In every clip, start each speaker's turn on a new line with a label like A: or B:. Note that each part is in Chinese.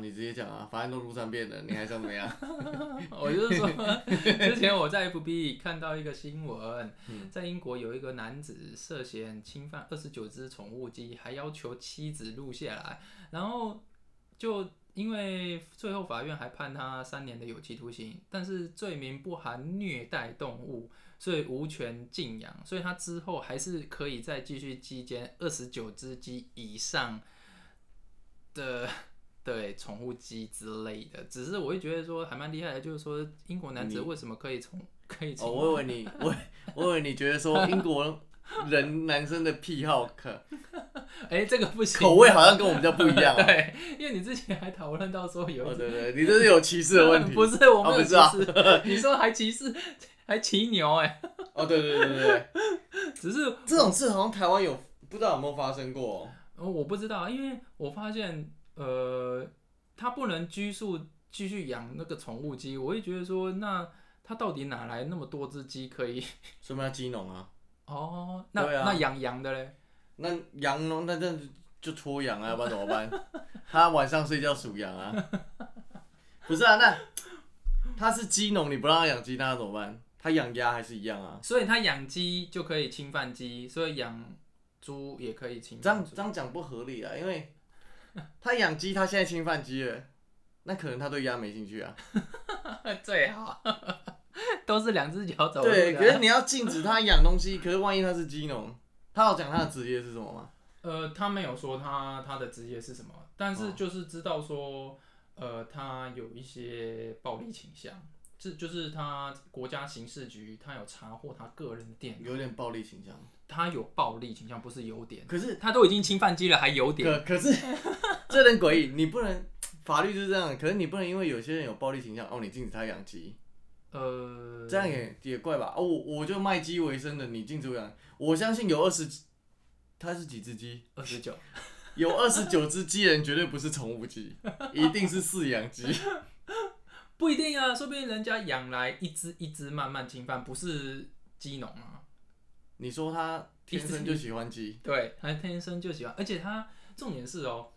A: 你直接讲啊，反正都撸三遍了，你还想怎 么样？
B: 我就是说， 之前我在 FB 看到一个新闻，在英国有一个男子涉嫌侵犯二十九只宠物鸡，还要求妻子录下来，然后就因为最后法院还判他三年的有期徒刑，但是罪名不含虐待动物，所以无权禁养，所以他之后还是可以再继续鸡奸二十九只鸡以上的。对宠物鸡之类的，只是我会觉得说还蛮厉害的，就是说英国男子为什么可以从可以
A: 哦，
B: 从、
A: 我以为你，我我以为你觉得说英国人男生的癖好可
B: 哎、这个不行
A: 口味好像跟我们比较不一样啊。
B: 对，因为你之前还讨论到说有
A: 哦，
B: 一
A: 对对，对你这是有歧视的问题。
B: 不是我没
A: 哦
B: 有
A: 不
B: 歧
A: 是啊
B: 视，你说还歧视还骑牛哎、
A: 哦，对对对对对，
B: 只是
A: 这种事好像台湾有，不知道有没有发生过哦。
B: 呃我不知道，因为我发现呃，他不能拘束继续养那个宠物鸡，我会觉得说那他到底哪来那么多只鸡可以？
A: 说明他基农啊，
B: 哦，那、
A: 对啊
B: 那养羊的嘞？
A: 那羊农那这样就戳羊啊，要不然怎么 办？他晚上睡觉数羊啊。不是啊，那他是鸡农，你不让他养鸡，那他怎么办？他养鸭还是一样啊？
B: 所以他养鸡就可以侵犯鸡，所以养猪也可以侵
A: 这样
B: 犯猪。
A: 这样讲不合理啊，因为他养鸡，他现在侵犯鸡了，那可能他对鸭没兴趣啊。
B: 最哎好，啊都是两只脚走路
A: 对，
B: 的。
A: 可是你要禁止他养东西，可是万一他是鸡农，他有讲他的职业是什么吗？
B: 呃，他没有说他他的职业是什么，但
A: 哦
B: 是就是知道说，呃，他有一些暴力倾向，这就是他国家刑事局他有查获他个人店，
A: 有点暴力倾向。
B: 他有暴力倾向，不是有点，
A: 可是
B: 他都已经侵犯鸡了，还有点。
A: 可可是 这人诡异，你不能法律就是这样，可是你不能因为有些人有暴力倾向，哦，你禁止他养鸡，
B: 呃，
A: 这样也也怪吧？哦，我我就卖鸡为生的，你禁止我养，我相信有二十，他是几只鸡？
B: 二十九，
A: 有二十九只鸡人绝对不是宠物鸡，一定是饲养鸡。
B: 不一定啊，说不定人家养来一只一只慢慢侵犯，不是鸡农啊。
A: 你说他天生就喜欢鸡，
B: 对，他天生就喜欢，而且他重点是哦，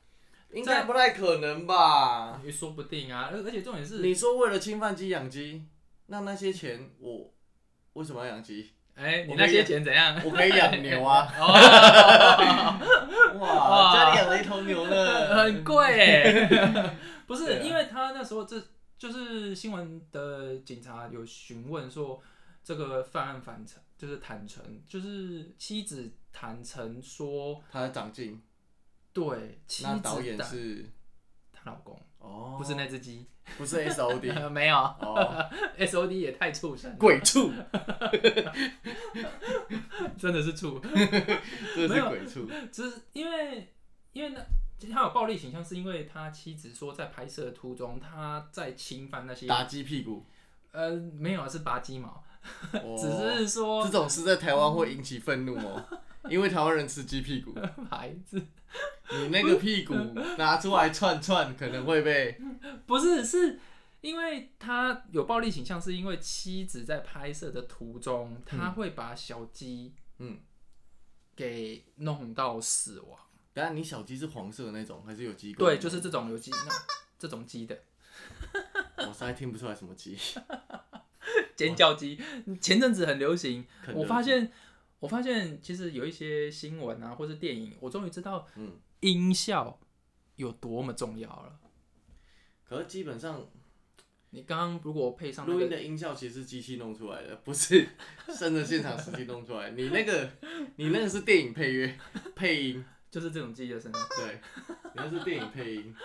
A: 应该不太可能吧？
B: 也说不定啊，而而且重点是，
A: 你说为了侵犯鸡养鸡，那那些钱我为什么要养鸡？
B: 哎，你
A: 我可以
B: 那些钱怎样？
A: 我可以养牛 啊！哇，
B: 哦哇
A: 家里养了一头牛呢。
B: 很贵 哎，不是、
A: 对啊
B: 因为他那时候这就是新闻的警察有询问说，这个犯案反诚就是坦诚，就是妻子坦诚说，
A: 他的长进，
B: 对，妻
A: 那
B: 子
A: 导演
B: 的
A: 是
B: 她老公，
A: 哦，
B: 不是那只鸡，
A: 不是 S O D
B: 没有
A: 哦，
B: S O D 也太畜生了，
A: 鬼畜，
B: 真的是畜。
A: 这
B: 没
A: 是
B: 有
A: 鬼畜。
B: 只是因为因为那他有暴力倾向，是因为他妻子说在拍摄的途中他在侵犯那些
A: 打鸡屁股，
B: 呃没有是拔鸡毛，
A: 哦
B: 只是说
A: 这种事在台湾会引起愤怒哦， 因为台湾人吃鸡屁股，
B: 孩子
A: 你那个屁股拿出来串串，可能会 被
B: 不是是。因为他有暴力倾向，是因为妻子在拍摄的途中，他会把小鸡
A: 嗯。
B: 给弄到死亡。
A: 等下你小鸡是黄色的那种，还是有鸡冠？
B: 对，就是这种有鸡，那这种鸡的
A: 我实在听不出来什么鸡。
B: 尖叫鸡，前阵子很流行，
A: 肯德
B: 我
A: 基
B: 发现，我发现其实有一些新闻啊，或是电影，我终于知道
A: 嗯，
B: 音效有多么重要了。
A: 可是基本上
B: 你刚刚如果配上那
A: 录音
B: 个，
A: 的音效其实是机器弄出来的，不是真的现场实际弄出来。你那个，你那个是电影配乐 配音，
B: 就是这种鸡的声音。
A: 对，你那是电影配音。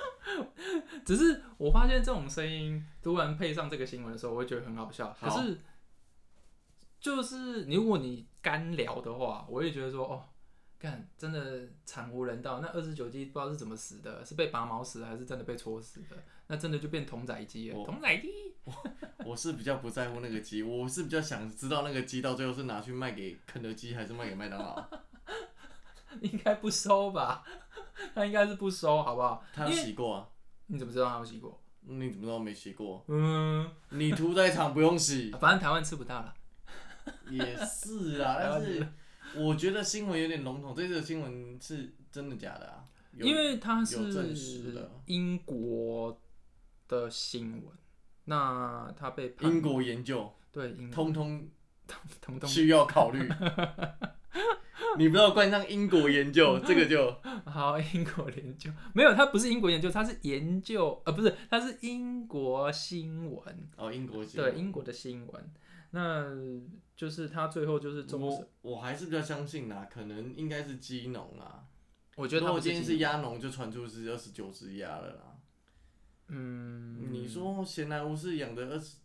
B: 只是我发现这种声音突然配上这个新闻的时候，我会觉得很好笑。可
A: 好
B: 是，就是如果你干聊的话，我也觉得说，哦，干真的惨无人道。那二十九鸡不知道是怎么死的，是被拔毛死的，还是真的被戳死的？那真的就变童仔鸡了。
A: 我
B: 童仔鸡，
A: 我是比较不在乎那个鸡，我是比较想知道那个鸡到最后是拿去卖给肯德基还是卖给麦当劳。
B: 应该不收吧？ 他应该是不收，好不好？
A: 他有洗过啊？
B: 你怎么知道他有洗过？
A: 你怎么知道没洗过？
B: 嗯，
A: 你屠宰场不用洗
B: 反正台湾吃不到了。
A: 也 是啊，但是我觉得新闻有点笼统，这次的新闻是真的假的啊？有
B: 因为它
A: 有证实
B: 是
A: 的
B: 英国的新闻，那它被判
A: 英国研究
B: 对英
A: 通通
B: 通通
A: 需要考虑。你不要冠上英国 研究，这个就
B: 好，英国研究没有，它不是英国研究，它是研究，呃，不是，它是英国新闻，
A: 哦英国新闻
B: 对，英国的新闻。那就是他最后就是终身，
A: 我我还是比较相信啦，可能应该是鸡农啦。
B: 我觉得
A: 如
B: 他
A: 果
B: 不
A: 今
B: 是
A: 天
B: 基
A: 是
B: 因，
A: 鸭农，就传出是二十九只鸭了啦。
B: 嗯，
A: 你说闲来无事养的二十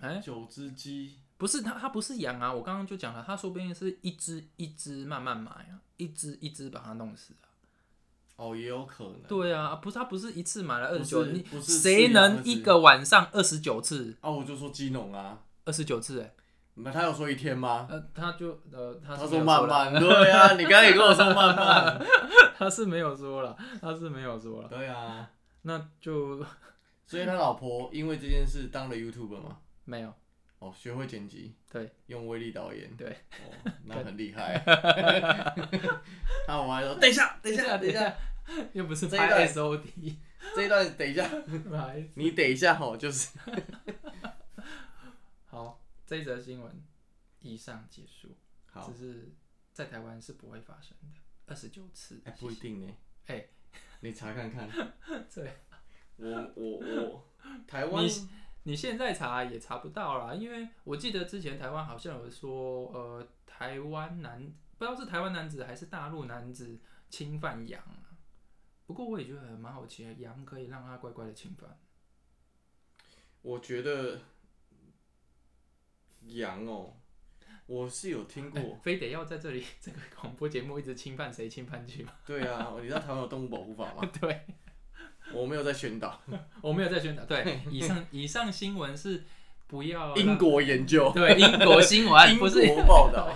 B: 哎、
A: 九只鸡，
B: 不是他，他不是羊啊，我刚刚就讲了，他说不定是一只一只慢慢买啊，一只一只把它弄死啊。
A: 哦也有可能。
B: 对啊，不是他不是一次买了二十
A: 不是
B: 九，你
A: 不是
B: 谁
A: 是羊
B: 能
A: 而
B: 一
A: 已
B: 个晚上二十九次，
A: 啊，我就说鸡农啊，
B: 二十九次、哎，
A: 那他有说一天吗？
B: 呃，他就呃，他是
A: 他
B: 没有
A: 说慢
B: 啦
A: 慢，对啊，你刚才也跟我说慢慢，
B: 他是没有说了，他是没有说了，
A: 对啊，
B: 那就
A: 所以他老婆因为这件事当了 YouTuber 嘛，
B: 没有。
A: 哦，学会剪辑，
B: 对，
A: 用威力导演，
B: 对
A: 哦，那很 厉害。那我还说， 等一下，等一下，等一下，，
B: 又不是
A: 这一
B: 拍
A: 段
B: SOD，
A: 这一段等一下，
B: 拍
A: 你等一下吼，就是
B: 好，这一则新闻以上结束。
A: 好
B: 只，是在台湾是不会发生的，二十九次。
A: 哎，不一定呢，
B: 哎，
A: 你查看看，
B: 对，
A: 我我我，台湾
B: 你你现在查也查不到啦，因为我记得之前台湾好像有说，呃，台湾男不知道是台湾男子还是大陆男子侵犯羊啊。不过我也觉得蛮好奇的，羊可以让他乖乖的侵犯。
A: 我觉得羊哦，我是有听过，
B: 哎 非得要在这里这个广播节目一直侵犯谁侵犯去吗？
A: 对啊，你知道台湾有动物保护法吗？
B: 对，
A: 我没有在 宣导，
B: 我没有在宣导。 对，以上以上新闻是不要让
A: 英国研究，
B: 对英国新闻哎
A: 英
B: 不
A: 国哦
B: 是
A: 报道。